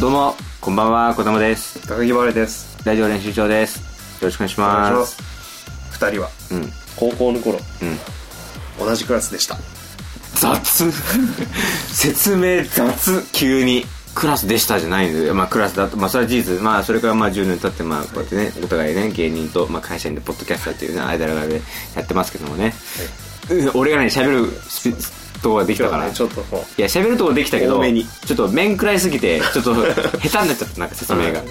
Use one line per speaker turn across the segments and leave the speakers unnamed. どうも、こんばんは、こだまです。
高木バレです
ラジオ練習長です。よろしくお願いし
お願いし
ま。
ますす2人は
うん、うん。
高校の頃
同じクラスでした
雑 説明雑急に。クラスでしたじゃないんですよ。まあクラスだと、まあそれは事実。まあそれからまあ10年経って、まあこうやってね、お互いね、芸人と、まあ会社員でポッドキャスターっていうね、間柄でやってますけどもね。うん俺がね、喋るスピとこができた
今日
か
は
ら
ね。ちょっとこ
いや、喋るとこできたけど、
多めに
ちょっと面食らいすぎて、ちょっと下手になっちゃった、なんか説明が。
う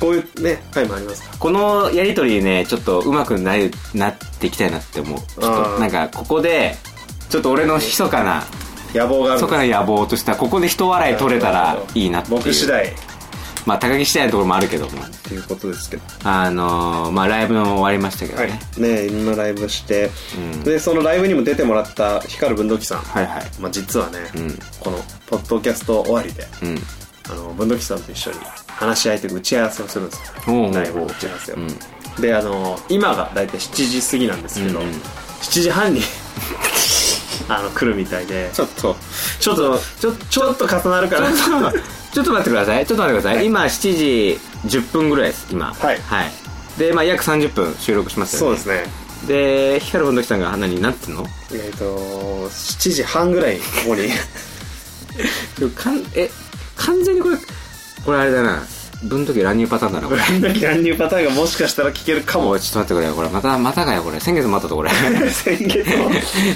こういうね回もありますか
このやりとりね、ちょっと上手くなるなっていきたいなって思う。ちょっ
あ
と
ー
なんか、ここで、ちょっと俺の密かな、
ら野望がある
密かな野望とした、ここで人笑い取れたらいいなっていう。
僕次第っ
まあ、高木次第のところもあるけども。
ていうことですけど
あのー、まあ、ライブの終わりましたけど
は
ね。
いね今ライブして、
うん
でそのライブにも出てもらった光文土器さん、
はい、はい、
まあ、実はね、
うん
このポッドキャスト終わりで
うん。
あの文土器さんと一緒に話し合いというか打ち合わせをするんです
おうおうお
よ
う
ライブの打ち合わせを、
うん
であの今が大体7時過ぎなんですけど、
うんうん
7時 半にあの来るみたいで
ちょっと、
ちょっとちょちょっと重なるから
ちょっと待ってください。ちょっと待ってください。今、7時10分ぐらいです、今。
はい
はい。で、まあ、約30分収録します
そう
よね。
ですね
で。で、ヒカル文時さんが何、なんて言うの
えっ、と7時半ぐらいにここに
でもかんえ完全にこれこれあれだな分時乱入パターンだ なこれ
乱入パターンがもしかしたら聞けるかも
おいちょっと待ってくれよこれまたまたかよこれ先月もあったとこれ
先月も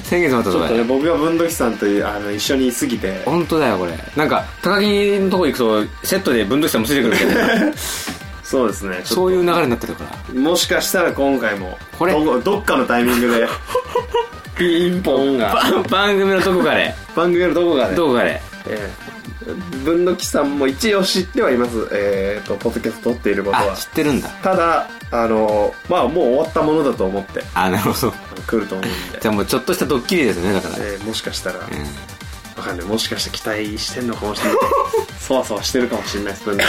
先月もあった
ち
と
ょ
こ
っとね
れ
僕が文土器さんというあの一緒にいすぎて
本当だよこれなんか高木のとこ行くとセットで分時さんもついてくるみたいな
そうですねちょ
そ
っ
ういう流れになってるから
ともしかしたら今回も
これ
どこどっかのタイミングで
ピンポンが番組のどこかで
番組のどこかで
どこかで
ええ文土器さんも一応知ってはいますえっ、とポッドキャスト撮っていること
あ
は
知ってるんだ
ただあのまあもう終わったものだと思って
あなるほど
あの来ると思うんで
じゃあもうちょっとしたドッキリですねだから、
えーもしかしたら、わ
うん
かんないもしかして期待してんのかも しれないそわそわしてるかもしれないですね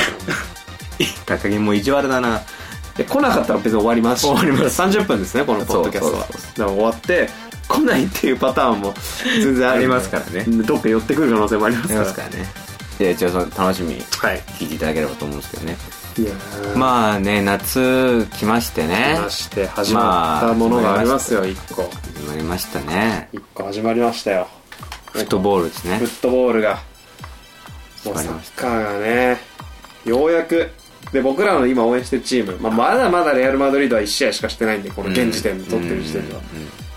高木もう意地悪だな
で来なかったら別に終わりますし
終わります
30分ですねこのポッドキャストは
そうそう
だから終わって来ないっていうパターンも全然ある
あ
んで
りますからね
どっか寄ってくる可能性もあります
あり
から
ますからねで一応その楽しみに
はい
聞いていただければと思うんですけどね
いやー
まあね夏来ましてね
来まして始まったものがありますよ一個
始まりましたね
一個始まりましたよ
フットボールですね
フットボールがも
わ
う
か
サ
りまし
ッカーがねようやくで僕らの今応援してるチーム、まあ、まだまだレアル・マドリードは1試合しかしてないんでこの現時点で取ってる時点では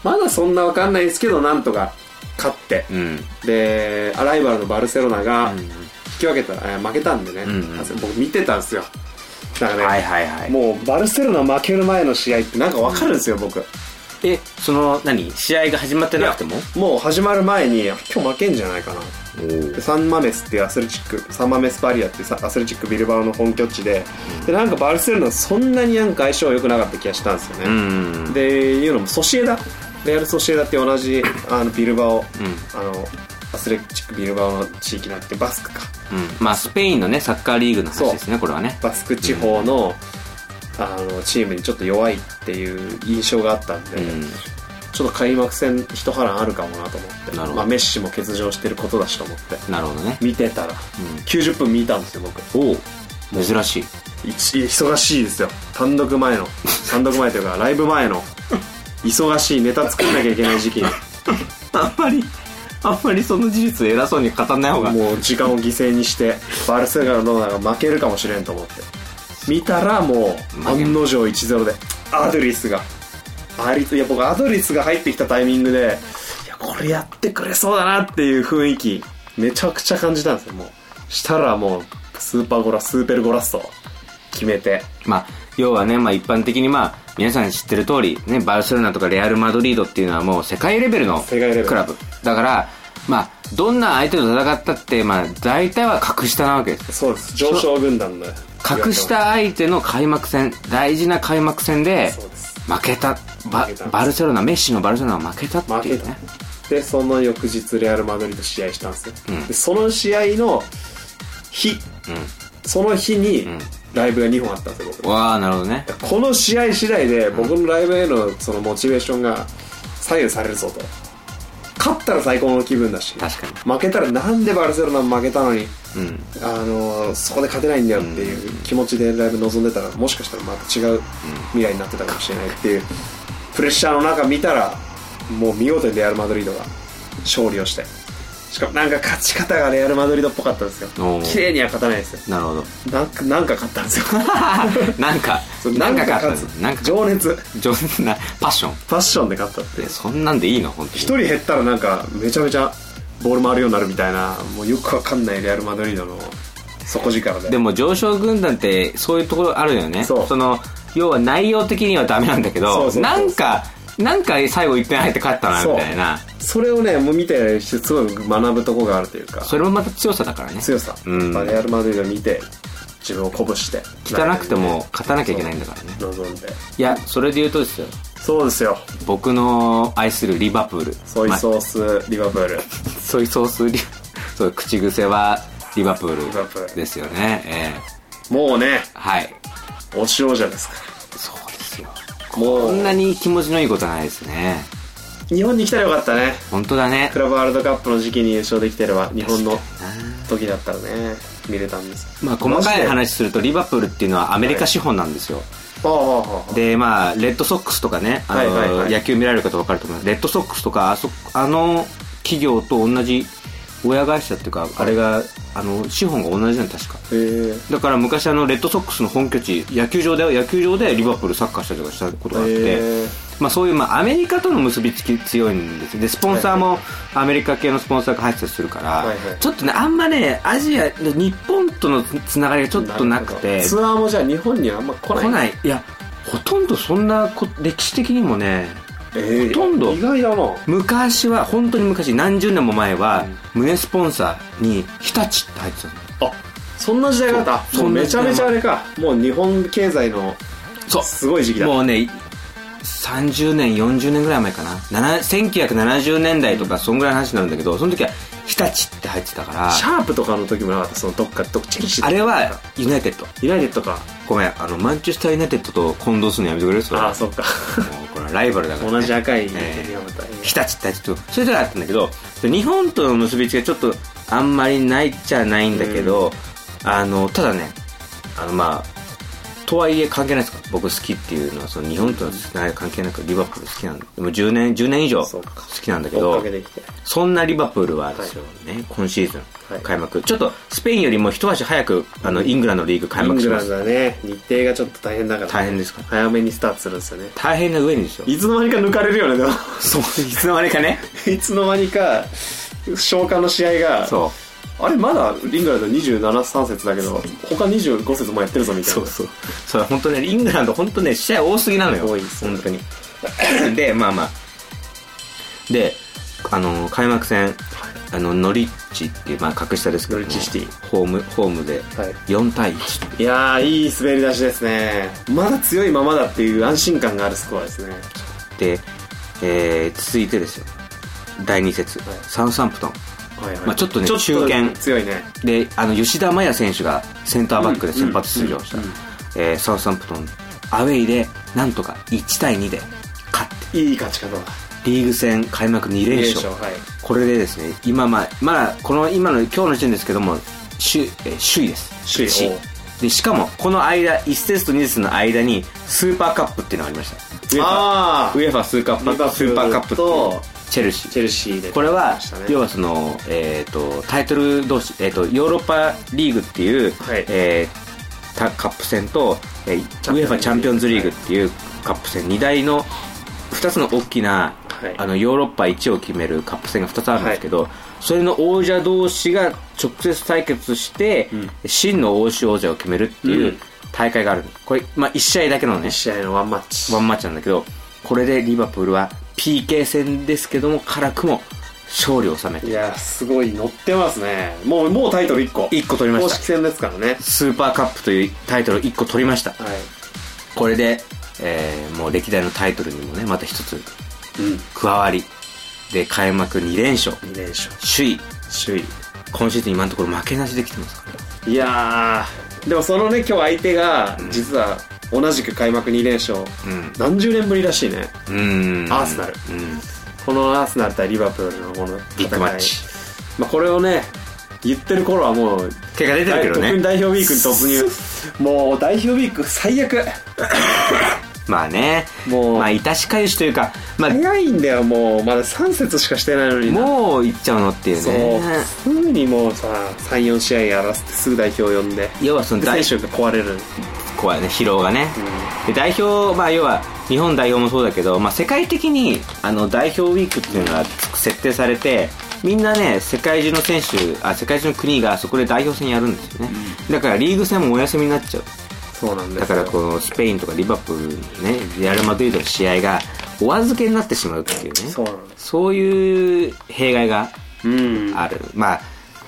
まだそんな分かんないですけどなんとか勝って
うんうん
でライバルのバルセロナが
うん
引き分けた、えー負けたんでね、
うんうん
僕見てたんですよだからね、
はいはいはい
もうバルセロナ負ける前の試合ってなんか分かるんですよ、僕
えその何試合が始まってなくても
もう始まる前に今日負けんじゃないかな
おー
サンマメスっていうアスレチックサンマメスパリアっていうさアスレチックビルバオの本拠地で,、でなんかバルセロナそんなになんか相性良くなかった気がしたんですよ
う
ね、
ん
でいうのもソシエダレアル・ソシエダって同じあのビルバオ、あのアスレチックビルバオの地域なんてバスクか
うんまあスペインのねサッカーリーグの話ですねこれはね
バスク地方の,、あのチームにちょっと弱いっていう印象があったんで、
うん
ちょっと開幕戦一波乱あるかもなと思って
なるほど
まあ、メッシも欠場してることだしと思って
なるほどね
見てたら、90分見たんですよ僕
おお珍しい
一忙しいですよ単独前の単独前というかライブ前の忙しいネタ作んなきゃいけない時期 に
あんまりあんまりその事実偉そうに語んない方
もう時間を犠牲にしてバルセロナが負けるかもしれんと思って見たらもう
負け
案の定1-0でアドリスがアリいや僕アドリスが入ってきたタイミングでいやこれやってくれそうだなっていう雰囲気めちゃくちゃ感じたんですよもうしたらもうスーパーゴラスーペルゴラスト決めて
まあ、要はね、まあ、一般的に、まあ、皆さん知ってる通り、ね、バルセロナとかレアル・マドリードっていうのはもう世界レベルの
世界レベル
クラブ。だから、まあ、どんな相手と戦ったって、まあ、大体は格下なわけです。
そうです上昇軍団の
格下相手の開幕戦、大事な開幕戦で、
そうです
負けた。バ
負けた
バルセロナ、メッシのバルセロナは負けたっ
負
てい
け
う
た
ね。
でその翌日レアル・マドリード試合したんですよ、
うん
でその試合の日その日に
ん
ライブが2本あったんですよ
うん。わあなるほどね。
僕この試合次第で僕のライブへのそのモチベーションが左右されるぞと勝ったら最高の気分だし
確か
負けたらなんでバルセロナ負けたのに
にうん
あのそこで勝てないんだよっていう気持ちでライブ臨んでたらもしかしたらまた違う未来になってたかもしれないっていうプレッシャーの中見たらもう見事にレアル・マドリードが勝利をしてしかもなんか勝ち方がレアル・マドリードっぽかったんですよ
おー
綺麗には勝たないですよ
なるほど
なんかなんか勝ったんですよ
なんか
そう
なんかか
勝つ
なんか
情熱フ
上手なパッション
ァッションで勝ったって
でそんなんでいいの本当に
一人減ったらなんかめちゃめちゃボール回るようになるみたいなもうよくわかんないレアル・マドリードの底力で
でも上昇軍団ってそういうところあるよね
そう
の要は内容的にはダメなんだけど
そうそうそう
なんかなんか最後一点入って勝ったな
そう
みたいな
それをねもう見てすごい学ぶとこがあるというか
それもまた強さだからね
強さ、
うん
やっぱレアル・マドリードを見て自分を鼓舞して
汚くても勝たなきゃいけないんだからね
望んで
いやそれで言うとですよ
そうですよ
僕の愛するリバプール
ソイ
まあ
ソースリバプール
ソイソースリ そう口癖はリバプ
バプー
ー
ル
ルですよねえ
もうね
えはい
推し王者ですか
そうですよ
らも
こん
う
なに気持ちのいいことはないですね
日本に来たらよかったね
本当だね
クラブワールドカップの時期に優勝できてれば日本の
確かにな
時だったらね見れたんです
まあ細か
マジ
い
で
話するとリバプールっていうのはアメリカ資本なんですよ、
はあはあはあ
でまあレッドソックスとかねあの、
はいはいはい
野球見られる方分かると思いますレッドソックスとかあそあの企業と同じ親会社っていうかあれがあの資本が同じなん確か
へえ
だから昔あのレッドソックスの本拠地野球場で野球場でリバプールサッカーしたりとかしたことがあって、
へえ
まあ、そういう、まあ、アメリカとの結びつき強いんですよでスポンサーもアメリカ系のスポンサーが入ってたりするから、
はいはい
ちょっとねあんまねアジア日本とのつつながりがちょっとなくて
るほどツアーもじゃあ日本にはあんま来ない
来ないいやほとんどそんなこ歴史的にもね
えー
ほとんど
意外だなは
昔は本当に昔何十年も前は、胸スポンサーに日立って入ってたの
あそんな時代があった
そう
もう
そんな
め
時代も
ちゃめちゃあれかもう日本経済の
そう
すごい時期だ
もうね30年40年ぐらい前かなな1970年代とかそんぐらいの話になるんだけどその時は日立って入ってたから
シャープとかの時もなかったそのどっかどっちにして
あれはユナイテッド
ユナイテッドか
ごめんあのマンチェスターユナイテッドと混同するのやめてくれるそれ
あ
も
あそっか
うこれはライバルだから、
同じ赤いユナイテッ
え
ドまた
ー日立ってちょっとそれぞれあったんだけど日本との結びつきがちょっとあんまりないっちゃないんだけど、あのただねあのまあとはいえ関係ないですから僕好きっていうのはその日本との関係なくリバプール好きなんででも10年10年以上好
そうか
きなんだけ
追っ
ど
かけてきて
そんなリバプールはですよね、今シーズン
はい
開幕、ちょっとスペインよりも一足早くあのイングランドのリーグ開
イン
幕し
グ
ま
ラン
す
ドはね日程がちょっと大変だから
大変ですから
早めにスタートするんですよね
大変な上にですよ
いつの間にか抜かれるよねでも
そういつの間にかね
いつの間にか消化の試合が
そ
あれまだイングランド27三節だけど他25節もやってるぞみ
う
たい
そ
な
うそうそれ本当ねイングランド本当ね試合多すぎなのよ
多いです
本当にでまあまあであの開幕戦あのノリッチっていうまあ格下ですけども
ノリッチシティ
ホームホームで
はい
4対1
いやーいい滑り出しですねまだ強いままだっていう安心感があるスコアですね
で、えー続いてですよ第2節、
はい
サウサンプトン
はいはい
まあちょっとね中堅
強いね
であの吉田麻也選手がセンターバックで先発出場した、
うんうんうん
えーサウサンプトンアウェイでなんとか1対2で勝って
いい勝ち方だ
リーグ戦開幕2連勝
はい
これでですね今まあまあこの今の今日の時点ですけども首,、えー首位です
首位
一でしかもこの間1節と2節の間にスーパーカップっていうのがありましたウェファ
あー
ウェファスーカップ
リバプ
ス
ール
ーパーカップっていう
と
チェルシー
チェルシーで
これは、要
要は
はその、えー、とタイトル同士、えー、とヨーロッパリーグっていう、
はい
えーたカップ戦と、えー、
チャンピオンズリーグ
UEFA チャンピオンズリーグっていうカップ戦2大の2つの大きな、
はい
あのヨーロッパ1を決めるカップ戦が2つあるんですけど、それの王者同士が直接対決して、
うん
真の欧州王者を決めるっていううん大会があるんですこれ、まあ、1試合だけのね
1試合のワンマッチ
ワンマッチなんだけど、これでリバプールは PK 戦ですけども、辛くも勝利を収め
い
て、
やーすごい乗ってますねもうもうタイトル1個
1個取りま
公
し
式
た。
戦ですからね
スーパーカップというタイトルを1個取りました。
はい
これで、えーもう歴代のタイトルにもね、また一つ
うん
加わり、で、開幕2連勝、
2連勝
首位、
首位
今シーズン今のところ負けなしできてますから。
いやーでもそのね今日相手が実は同じく開幕2連勝、
うん
何十年ぶりらしいね
うーん。
アーセナル
うん。
このアーセナル対リバプールのこの
ビッグマッチ。
まあ、これをね言ってる頃はもう
結果出てるけど
特に
ね。
代表ウィークに 突入もう代表ウィーク最悪
まあね。
もう、
まあ、いたしかゆしというか、まあ、
早いんだよもうまだ3節しかしてないのにな
もう行っちゃうのっていう
そう
ね。
すぐにもうさ34試合やらせてすぐ代表呼んで
要はその
で
代
選
表、
手が壊れる、
怖いね、疲労がね。で代表、まあ、要は日本代表もそうだけど、まあ、世界的にあの代表ウィークっていうのが設定されてみんなね世界中の選手あ世界中の国がそこで代表戦やるんですよね、だからリーグ戦もお休みになっちゃう
そうなんです
だ
よ
からこのスペインとかリバプールねレアル・マドリードの試合がお預けになってしまうっていうね
そうなんです
そういう弊害が
うん
ある、まあ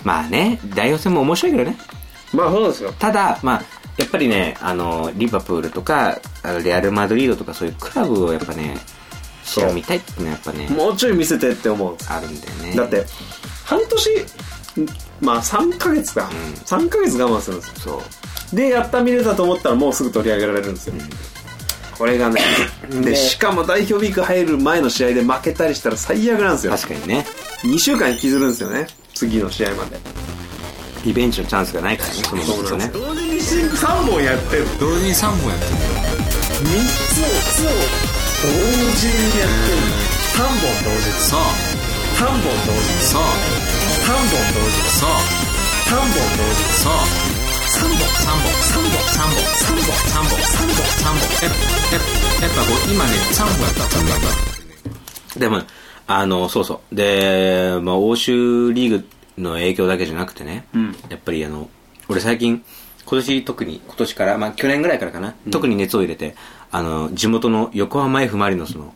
まあね代表戦も面白いけどね
まあそうですよ
ただ、まあ、やっぱりね、あの、リバプールとか、あのレアル・マドリードとかそういうクラブをやっぱね、試合を見たいっていうのはやっぱね、
もうちょい見せてって思うんです
あるんだよね。
だって、半年まあ3ヶ月か、
ん
3ヶ月我慢するんですよ
そう。
でやった見れたと思ったらもうすぐ取り上げられるんですよ、これがね で
ね
しかも代表ウィーク入る前の試合で負けたりしたら最悪なんですよ
確かにね、
2週間引きずるんですよね次の試合まで
リベンジのチャンスがないからね、その
そう
と
なんで
ね
す。同時に3本やってる
同時に3本やってる
3つを同時にやってる3本同時3本同時
3本同時そうそうそう
3本同時
そう3本3本3本3本3本3本3本3本やっぱやっぱこう今ね3本やった3本やった
でも、あの、そうそう。で、まあ、欧州リーグの影響だけじゃなくてね、やっぱりあの、俺最近、今年特に、今年から、まあ、去年ぐらいからかな、特に熱を入れて、あの、地元の横浜 F ・マリノスの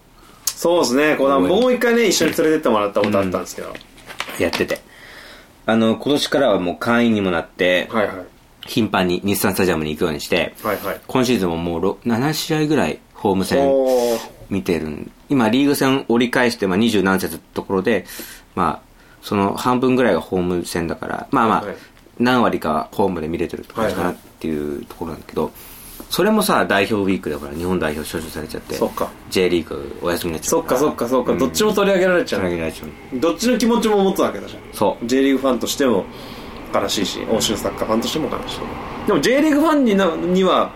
そうですねこのもう一回ね一緒に連れてってもらったことあったんですけど、
やってて、あの、今年からはもう会員にもなって、
はいはい
頻繁に日産スタジアムに行くようにして、
はいはい
今シーズンももうろ7試合ぐらいホーム戦
おー
見てるん今リーグ戦折り返して、まあ、20何節のところで、まあ、その半分ぐらいがホーム戦だから、まあまあ
はい、
何割かはホームで見れてるって感じかな
はい
っ
はい
ていうところなんだけど、それもさ、代表ウィークだから日本代表招集されちゃって
そっか、
J リーグお休みになっちゃ
そっかそっかそっか、どっちも取り上げられちゃ
取り
う
上げられちゃう
どっちの気持ちも持つわけだじゃん
そう
J リーグファンとしても悲しいし欧州サッカーファンとしても悲しいでも J リーグファンになには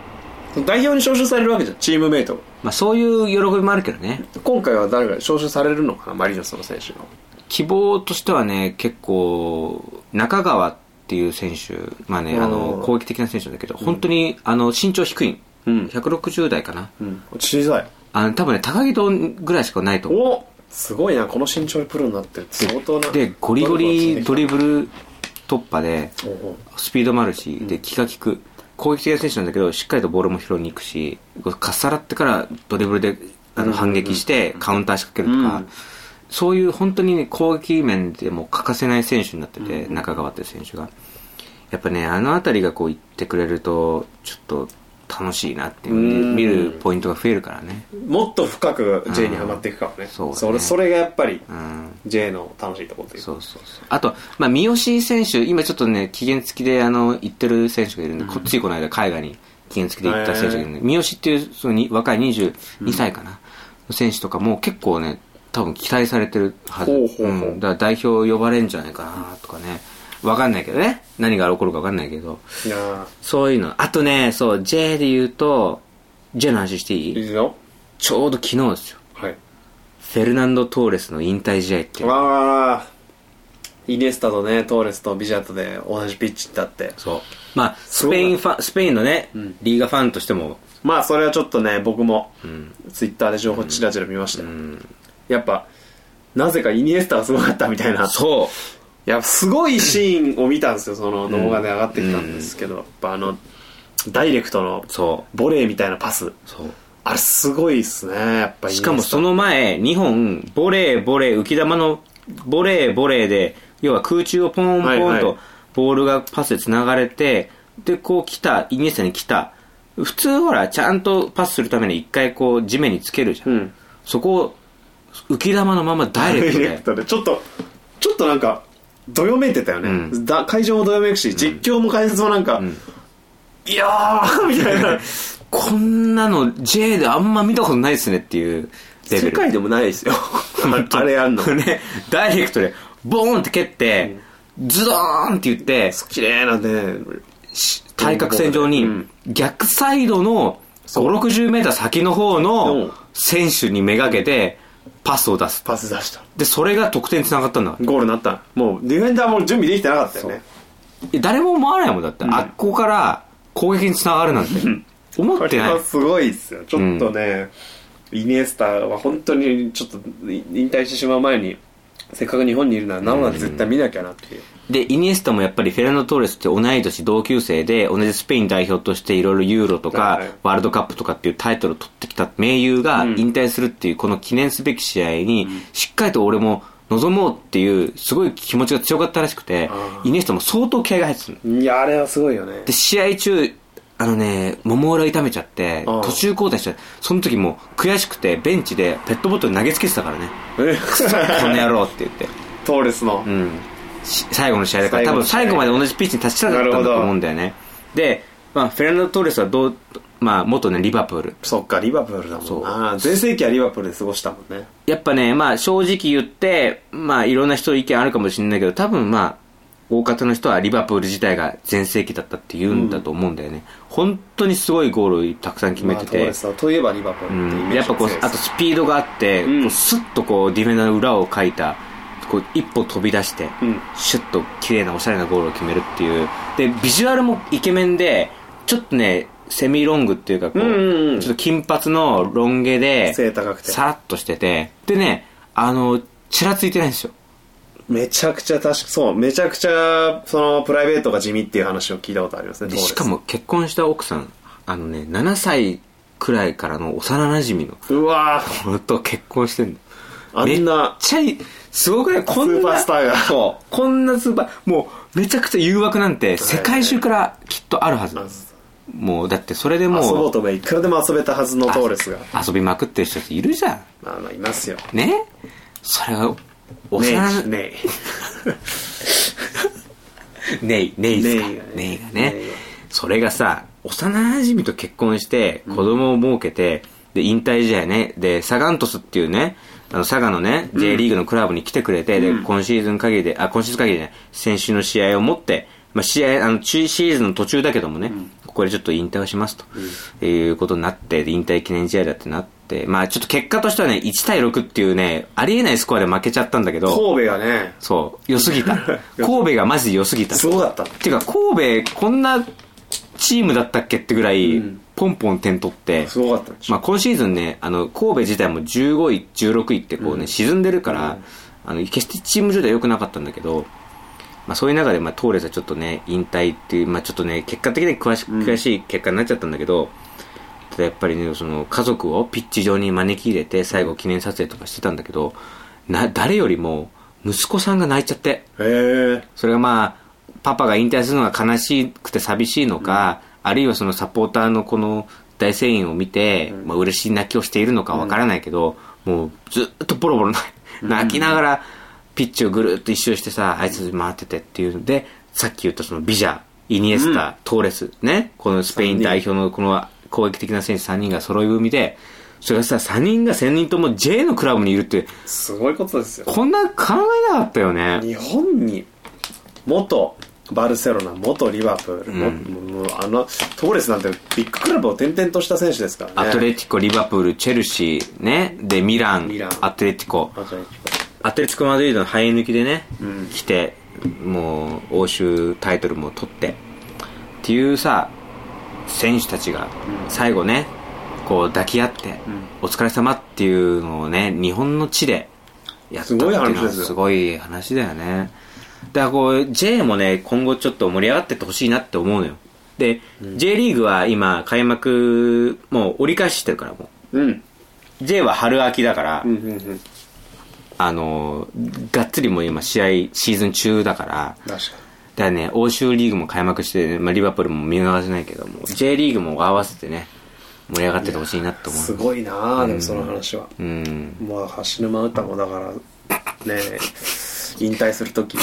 代表に招集されるわけじゃんチームメイト
まあ、そういう喜びもあるけどね。
今回は誰が招集されるのかなマリノスの選手の
希望としてはね結構中川っていう選手まあね
うん
あの攻撃的な選手なんだけど本当にあの身長低い、
うん
160代かな
うん小さい
あの多分ね高木とぐらいしかないと思う
おすごいなこの身長でプロになってる相当な
でゴリゴリドリブル突破で
おうおう
スピードもあるしで気が利く攻撃的な選手なんだけどしっかりとボールも拾いに行くしこうかっさらってからドリブルであの反撃してカウンター仕掛けるとか、
うん
そういう本当に、ね、攻撃面でも欠かせない選手になってて、中川っていう選手がやっぱねあの辺りがこう言ってくれるとちょっと楽しいなっていう、
うん
見るポイントが増えるからね、
もっと深く J にはまっていくかもね,、
そうだね
れそれがやっぱり
うん、
J の楽しいところというか
そうそうそうあと、まあ、三好選手今ちょっとね期限付きであの行ってる選手がいるんで、こっちこの間海外に期限付きで行った選手がいるんで、三好っていうそのに若い22歳かな、の選手とかも結構ね多分期待されてるはず
ほうほうほうん
だから代表呼ばれるんじゃないかなとかねわかんないけどね何が起こるかわかんないけど
いやー
そういうのあとねそう J で言うと J の話してい
い
い
いよ
ちょうど昨日ですよ
はい
フェルナンド・トーレスの引退試合っていうのが
わあイニエスタとねトーレスとビジャートで同じピッチに立って
そう。まあ、スペインファン、スペインのね、リーガファンとしても、
まあそれはちょっとね僕もツイッターで情報ちらちら見ましたよ、やっぱなぜかイニエスタがすごかったみたいな
そ
いやすごいシーンを見たんですよその動画で上がってきたんですけど、やっぱあのダイレクトの
う。そ
ボレーみたいなパス
う。そう。
あれすごいっすねやっぱイニエ
し
スタ
かもその前、2本、ボレー、ボレー、浮き玉の、ボレー、ボレーで、要は空中をポンポ
はいは
ン
い
と、ボールがパスで繋がれて、で、こう来た、イニエスタに来た。普通ほら、ちゃんとパスするために一回こう、地面につけるじゃん。
うん
そこを、浮き玉のままダイ
ダ
レクト
イ
で。
レクトでちょっとちょっとなんかどよめいてたよね、
うん
だ会場もどよめくし、実況も解説もなんか、いやーみたいな
こんなの J であんま見たことないですねっていうレベ
世
ル
界でもないですよあれあんの
ねダイレクトでボーンって蹴って、ズドーンって言って
綺麗なね
し対角線上
う
に
ん
逆サイドの5 6 0メーター先の方
うん
の選手にめがけてパスを出す
パス出した
でそれが得点につながったんだ
ゴールになったもうディフェンダーも準備できてなかったよね
いや誰も思わないもんだって、あっこから攻撃につながるなんて思ってない
これはすごいですよちょっとね、イニエスタは本当にちょっと引退してしまう前にせっかく日本にいるなら生は絶対見なきゃなっていう、
でイニエスタもやっぱりフェランド・トーレスって同い年同級生で同じスペイン代表としていろいろユーロとか
はい
ワールドカップとかっていうタイトルを取ってきた盟友が
うん
引退するっていうこの記念すべき試合にしっかりと俺も望もうっていうすごい気持ちが強かったらしくて
あー
イニエスタも相当気合が入ってたの
いやあれはすごいよね
で試合中あのね桃裏痛めちゃって
あー
途中交代しちゃってその時もう悔しくてベンチでペットボトル投げつけてたから ねこの野郎って言って
トーレスの、
うん、し最後の試合だから多分
最
最
後
後まで
の試合
同じピッチに立ちたかったん
な
だ
るほど
と思うんだよねで、まあ、フェランド・トーレスはどう、まあ、元ねリバプール
そっかリバプールだもんな全盛期はリバプールで過ごしたもんね
やっぱね、まあ、正直言って、まあ、いろんな人意見あるかもしれないけど多分まあ大方の人はリバプール自体が全盛期だったって言うんだと思うんだよね、本当にすごいゴールをたくさん決め
まあ
て
トー
て
レ、スはといえばリバプールってイ
うん
メージ
やっぱこうあとスピードがあって、
うん
こうスッとこうディフェンダーの裏をかいたこう一歩飛び出して、
うん
シュッと綺麗なおしゃれなゴールを決めるっていうでビジュアルもイケメンでちょっとねセミロングっていうかこう,、
うんうんうん
ちょっと金髪のロン毛で
背高くて
さらっとしててでねあのちらついてないんですよ
めちゃくちゃ確かそうめちゃくちゃそのプライベートが地味っていう話を聞いたことありますね
で
トーレス
しかも結婚した奥さんあのね7歳くらいからの幼なじみの
うわー
子と結婚してんの
あん
めっ
な
ちゃいいすごくないこんな
スーパースターが
そうこんなスーパーもうめちゃくちゃ誘惑なんて世界中からきっとあるはずもうだってそれで
遊ぼ
も
う
う
と思えばいくらでも遊べたはずのトーレスが
遊びまくってる人たちいるじゃん
まあまあいますよ
ねそれはお
ね
さら
えね
ねいねいですか
ねいがね
ねいがね
ねいが
それがさ幼馴染と結婚して子供を設けて、で引退試合ねでサガントスっていうねあの佐賀のね J リーグのクラブに来てくれて、で今シーズン限りであ今シーズン限りで、ね、先週の試合をもって、まあ、試合あの中シーズンの途中だけどもね、ここでちょっと引退をしますと、いうことになってで引退記念試合だってなってまあちょっと結果としてはね1対6っていうねありえないスコアで負けちゃったんだけど
神戸がね
そう良すぎ た神戸がマジで良すぎた
すごかった
ていうか神戸こんなチームだったっけってぐらいポンポン点取って、
すごかったでしょ
まあ、今シーズンねあの神戸自体も15位16位ってこうね、沈んでるから、あの決してチーム上では良くなかったんだけど、まあ、そういう中で、まあ、トーレスはちょっとね引退っていう、まあ、ちょっとね結果的に詳し悔しい結果になっちゃったんだけど、ただやっぱりねその家族をピッチ上に招き入れて最後記念撮影とかしてたんだけどな誰よりも息子さんが泣いちゃって。
へえ
それがまあパパが引退するのが悲しくて寂しいのか、あるいはそのサポーターのこの大声援を見て、まあ嬉しい泣きをしているのかわからないけど、もうずっとボロボロ泣い泣きながらピッチをぐるっと一周してさ挨拶回っててっていうのでさっき言ったそのビジャイニエスタ、トーレスねこのスペイン代表のこの攻撃的な選手3人が揃い踏みでそれがさ3人が1000人とも J のクラブにいるって
すごいことですよ
こんな考えなかったよね
日本に元バルセロナ元リバプール、ももうあのトーレスなんてビッグクラブを転々とした選手ですからね
アトレティコ、リバプール、チェルシー、ね、で、ミラン、
ミラン
アトレティコ。
アトレティコ
アトレティコ・マドリードの生え抜きでね、
ん
来て、もう、欧州タイトルも取って、っていうさ、選手たちが、最後ね、こう抱き合って、お疲れ様っていうのをね、日本の地でやったっていうの
すごい話で
は
すよ
すごい話だよね。だからこう、J もね、今後ちょっと盛り上がってってほしいなって思うのよ。で、J リーグは今、開幕、もう折り返ししてるから、も
うん
う。J は春秋だから、
うんうんうん
あの、がっつりもう今試合、シーズン中だから、
確か
だからね、欧州リーグも開幕してね、まあ、リバプールも見逃せないけども、J リーグも合わせてね、盛り上がっててほしいなと
に
思う。
すごいなあでもその話は、
うん。
まあ橋沼歌もだからねえ引退する時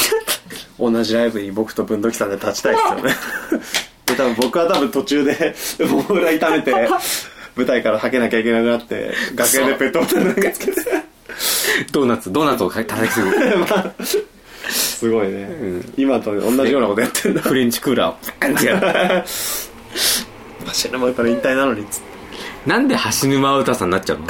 同じライブに僕と文土器さんで 立ちたいですよねで多分僕は多分途中でもう裏痛めて舞台から吐けなきゃいけなくなって楽屋でペットボトルなんかつけて
ドーナツドーナツを叩きすぐ
すごいね、今と同じようなことやって んだ
フレンチクーラーをパンってやる
走るもやっぱ引退なのにつって
なんで橋沼歌さんになっちゃうの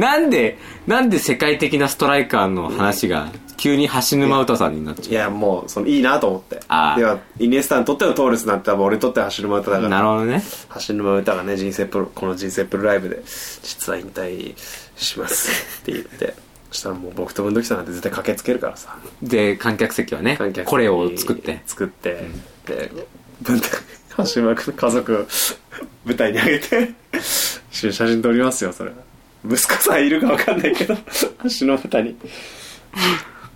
なんでなんで世界的なストライカーの話が急に橋沼歌さんになっち
いやもうそのいいなと思って
あー
ではイニエスタにとってのトーレスなんて多分俺にとっては走る馬歌だ
ゃう
か
なる
ら
ほどね
走る馬歌がね人生プロこの人生プロライブで実は引退しますって言ってそしたらもう僕と文土器さんなんて絶対駆けつけるからさ
で観客席はね
観客
これを作って
作って、で文太橋村君の家族舞台に上げて写真撮りますよそれ息子さんいるか分かんないけど橋の舞台に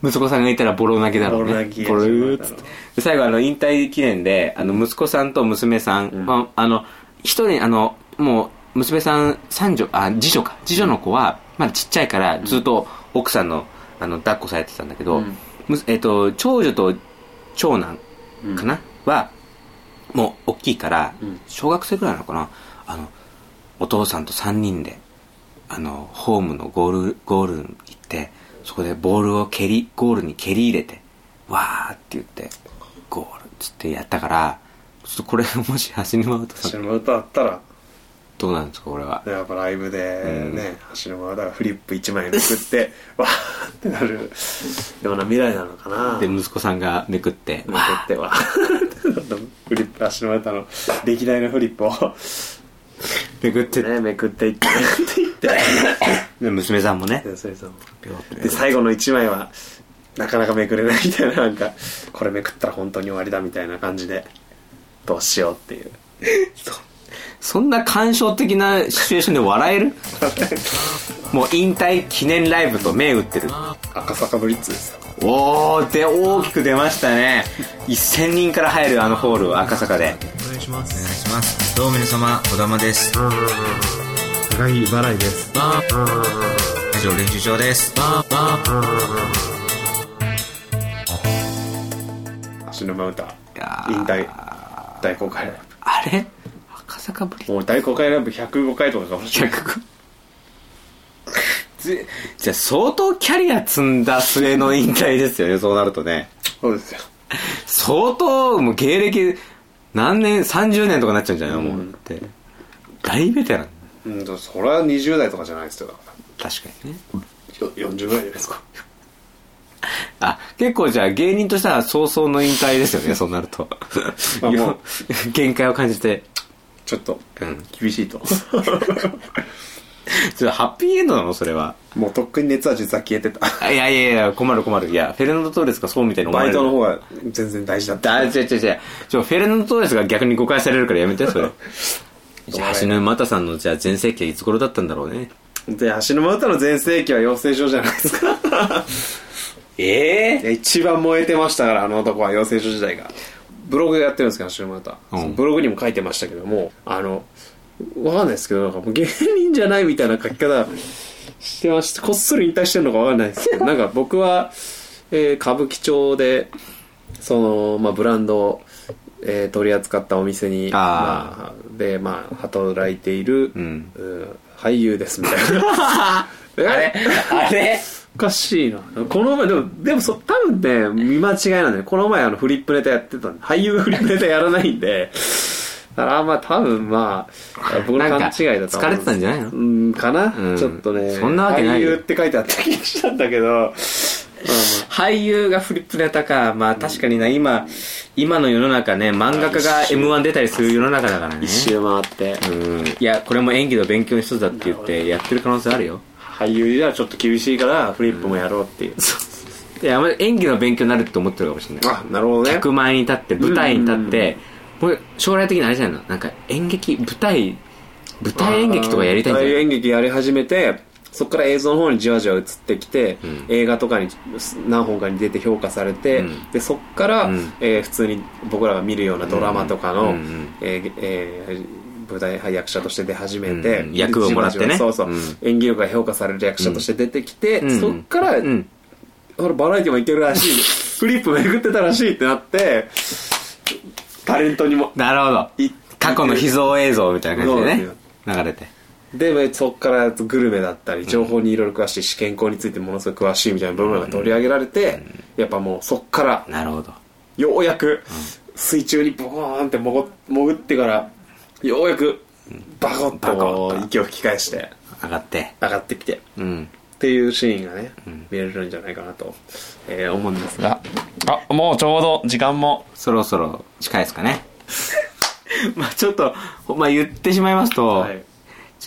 息子さんがいたらボロ泣きだろうね
ボロ泣き
ボローっつってで最後あの引退記念であの息子さんと娘さん、まあ、あの一人あのもう娘さん三女あ次女か次女の子はまだちっちゃいからずっと奥さんのあの抱っこされてたんだけど、
うん
むえっと長女と長男かな、はもう大きいから、
ん
小学生ぐらいなのかなあのお父さんと3人であのホームのゴールゴールに行ってそこでボールを蹴りゴールに蹴り入れてわーって言ってゴールっつってやったからちょっとこれもし橋沼歌さ
橋
ん
の歌だったら
どうなんですかこれは
やっぱライブでね、橋の歌がフリップ1枚めくって わーってなるような未来なのかな
で息子さんがめくって
めく ってはフリップ橋の歌の歴代のフリップを
めくって
ね めくっていってめくっていって
で娘さんもね
で それさで最後の1枚はなかなかめくれないみたいななんかこれめくったら本当に終わりだみたいな感じでどうしようっていう
そんな感傷的なシチュエーションで笑えるもう引退記念ライブと銘打ってる
赤坂ブリッツですよ
おーで大きく出ましたね1000人から入るあのホール赤坂で
お願いしますお願いしますどうも皆様小玉です高木払いです以上練習場です
足沼歌
やー
引退大公開ライ
あれ赤坂ぶり
ブもう大公開ライブ105回とかかもしれない
逆じじゃあ相当キャリア積んだ末の引退ですよねそうなるとね
そうですよ
相当もう芸歴何年30年とかなっちゃうんじゃないのもうだって大ベテラン
うんそれは20代とかじゃないですよだか
確かにね
らよ40ぐらいじゃないですか
あ、結構じゃあ芸人としては早々の引退です よね、そうなると。
まあもう
限界を感じて。
ちょっと
うん。
厳しい と
ちょっとハッピーエンドなのそれは。
もうとっくに熱は実は消えて た
あいやいやいや、困る困る。いや、フェルナンド・トーレスがそうみたいに思わ
バ
れ
イ
る。
トの方が全然大事だった
だ、違う違う違う。ちょ、フェルナンド・トーレスが逆に誤解されるからやめて、それ。じゃあ、橋沼又さんの、じゃあ、全盛期はいつ頃だったんだろうね。
で橋沼歌の全盛期は養成所じゃないですか
え
いや一番燃えてましたからあの男は養成所時代がブログやってるんですけど橋沼歌、
うん
そのブログにも書いてましたけどもあのわかんないですけどなんかもう芸人じゃないみたいな書き方してましてこっそり引退してるのかわかんないです けどなんか僕は、えー歌舞伎町でその、まあ、ブランドを、えー取り扱ったお店に
あ
まあ、でまあ働いている、
うん
うん俳優ですみたいな え
あれあれ
おかしいなこの前でもでもそ多分ね見間違いなんだよねこの前あのフリップネタやってたんで俳優がフリップネタやらないんでだからまあ多分まあ僕の
なん
勘違い
か
だと思うんです
疲れてたんじゃないの
うんかな、
うん
ちょっとね
そんなわけない
俳
よ
優って書いてあった気がしたんだけどまあま
俳優がフリップネタかまあ確かにな今今の世の中ね漫画家が m 1出たりする世の中だから
あ
ね
一周回って、
うんいやこれも演技の勉強の一つだって言ってやってる可能性あるよ
俳優ではちょっと厳しいからフリップもやろうっていう、
いやあんまり演技の勉強になるって思ってるかもしれない
あなるほどね
客前に立って舞台に立ってこれ将来的にあれじゃないのなんか演劇舞台舞台演劇とかやりたいんじゃ
あー
な
大
い
演劇やり始めてそこから映像の方にじわじわ移ってきて、
ん
映画とかに何本かに出て評価されて、
うん
でそこから、
うん
えー普通に僕らが見るようなドラマとか
うん
の
うんうん
えーえー舞台役者として出始めて、
うんうん役をもらってね
じわじわそうそう、
う
演技力が評価される役者として出てきて、
うん
そこから、
うん
ほらバラエティもいけるらし いフリップめくってたらしいってなってタレントにも
なるほど
行っ
過去の秘蔵映像みたいな感じでね流れて
でそこからグルメだったり情報にいろいろ詳しいし健康についてものすごい詳しいみたいな部分が取り上げられてやっぱもうそこから
なるほど
ようやく水中にボコーンって潜潜ってからようやくバコッ
バコ
と
ッと
息を吹き返して
上がって
上がってきてっ
うん
ていうシーンがね見れるんじゃないかなと、えー思うんですが
ああもうちょうど時間も
そろそろ近いですかね まあちょっと、まあ、言ってしまいますと、
はい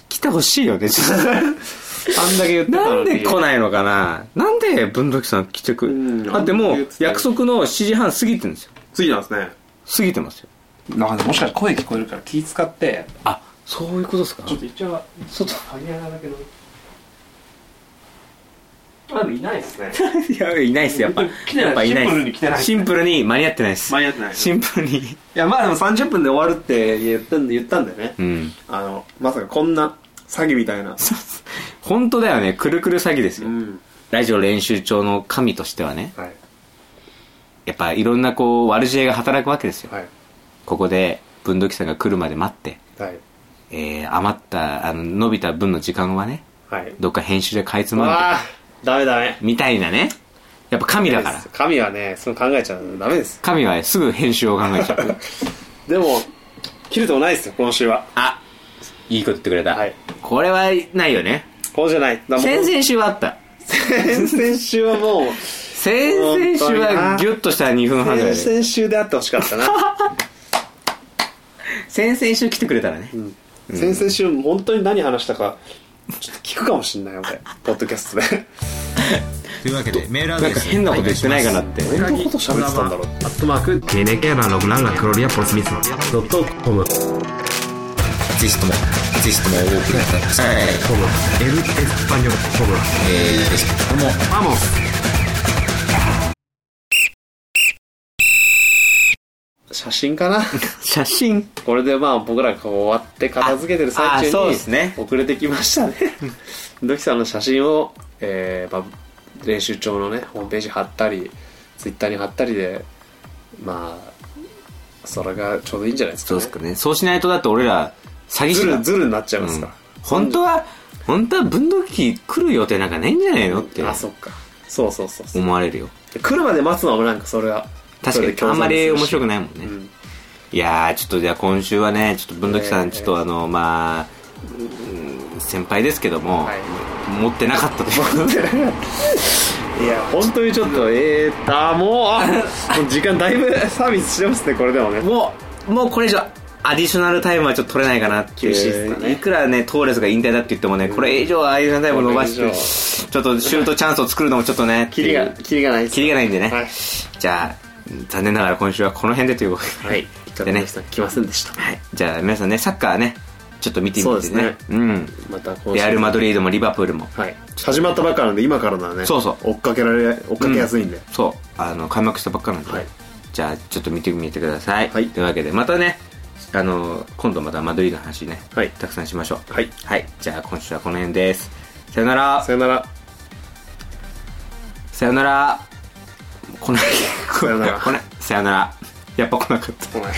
来てほしいよねちょっと
あんだけ言ってた
な
の
んで
に
来ないのかななんで文土器さん来てく
うん
あでも
言ってた
約束の7時半過ぎてるんですよ
次なんですね
過ぎてますよ
なんかもしかしたら声聞こえるから気使って
あそういうことですか
と一応外鍵穴だけどあいないですね
いやいないっすやっぱ
来てない
やっぱいない
シンプルに来てない
シンプルに間に合ってないです
間に合ってない
シンプルに
いやまあでも30分で終わるって言ったんで言ったんだよね、
うん
あのまさかこんな詐欺みたいな
本当だよねくるくる詐欺ですよ、
ん
ラジオ練習帳の神としてはね
はい
やっぱいろんなこう悪知恵が働くわけですよ、
はい
ここで文土器さんが来るまで待って、
はい
えー、余ったあの伸びた分の時間はね
はい
どっか編集でかいつ
うわ
まん
あダメダメ
でみたいなねやっぱ神だから
神はねその考えちゃうのダメです
神はすぐ編集を考えちゃ う
でも切るとこないですよ今週は
あいいこと言ってくれた、
はい
これはないよね
今週ないだ
先々週はあった
々 先週は もう
先々週はギュッとした2分半ぐらい
先
で
々週であってほしかったな、
先々週来てくれたらね、
先々週本当に何話したかちょっと聞くかもしんない俺ポッドキャストで
というわけでメールアド
なん
レ
か
ス
変なこと言ってないかなって
どんなこと喋ってたんだろうアットマーク TNKR6976
ぜひともぜひともお送りくださいはいトムエルエスパニョルトムえーぜひとも
写真かな
写真
これでまあ僕らがこう終わって片付けてる
ああ
最
そう
中に
ですね
遅れてきましたね ドキさんの写真を、えーまあ、練習帳のねホームページ貼ったりツイッターに貼ったりでまあそれがちょうどいいんじゃないですか、
そう
ね、
ですかねそうしないとだって俺ら詐欺
ズ
師だ
ルズルになっちゃいますから、
本当は本当は分度器来る予定なんかないんじゃないのって
あそっかそうそうそうそう
思われるよ
来るまで待つのもなんかそれはそ
確
れで
かにあんまり面白く
い
ないもんね、
ん
いやーちょっとじゃあ今週はねちょっと文土器さん
えー
ちょっとあのまあうん先輩ですけども、
はい
持ってなかったということで
いや本当にちょっとえーあーもうあもう時間だいぶ サービスしてますねこれでもね
もう、 もうこれ以上、アディショナルタイムはちょっと取れないかなっていう。
厳しいっすかね
いくらね、トーレスが引退だって言ってもね、これ以上アディショナルタイム伸ばし
これ以
て、ちょっとシュートチャンスを作るのもちょっとね、
キリが
っていう
キリがないです
キリがないんでね。
はい
じゃあ、残念ながら今週はこの辺でということで。
はいちょっと
でね
皆さん来ませんでした
はい。じゃあ皆さんね、サッカーね、ちょっと見てみてね。
そうですね
うん。
また今週
レアル・マドリードもリバプールも。
はい始まったばっかなんで今からならね
そうそう
追っかけられ追っかけやすいんで、
そう、あの、開幕したばっかなんで。
はい
じゃあ、ちょっと見てみてください。
はい
というわけで、またね、あの、今度またマドリードの話ね、
はい
たくさんしましょう。
はい
はい、じゃあ今週はこの辺です。さよなら
さ。よ なら
さよなら。来ない。
さよなら
来ない。さよなら。やっぱ来なかった。
お前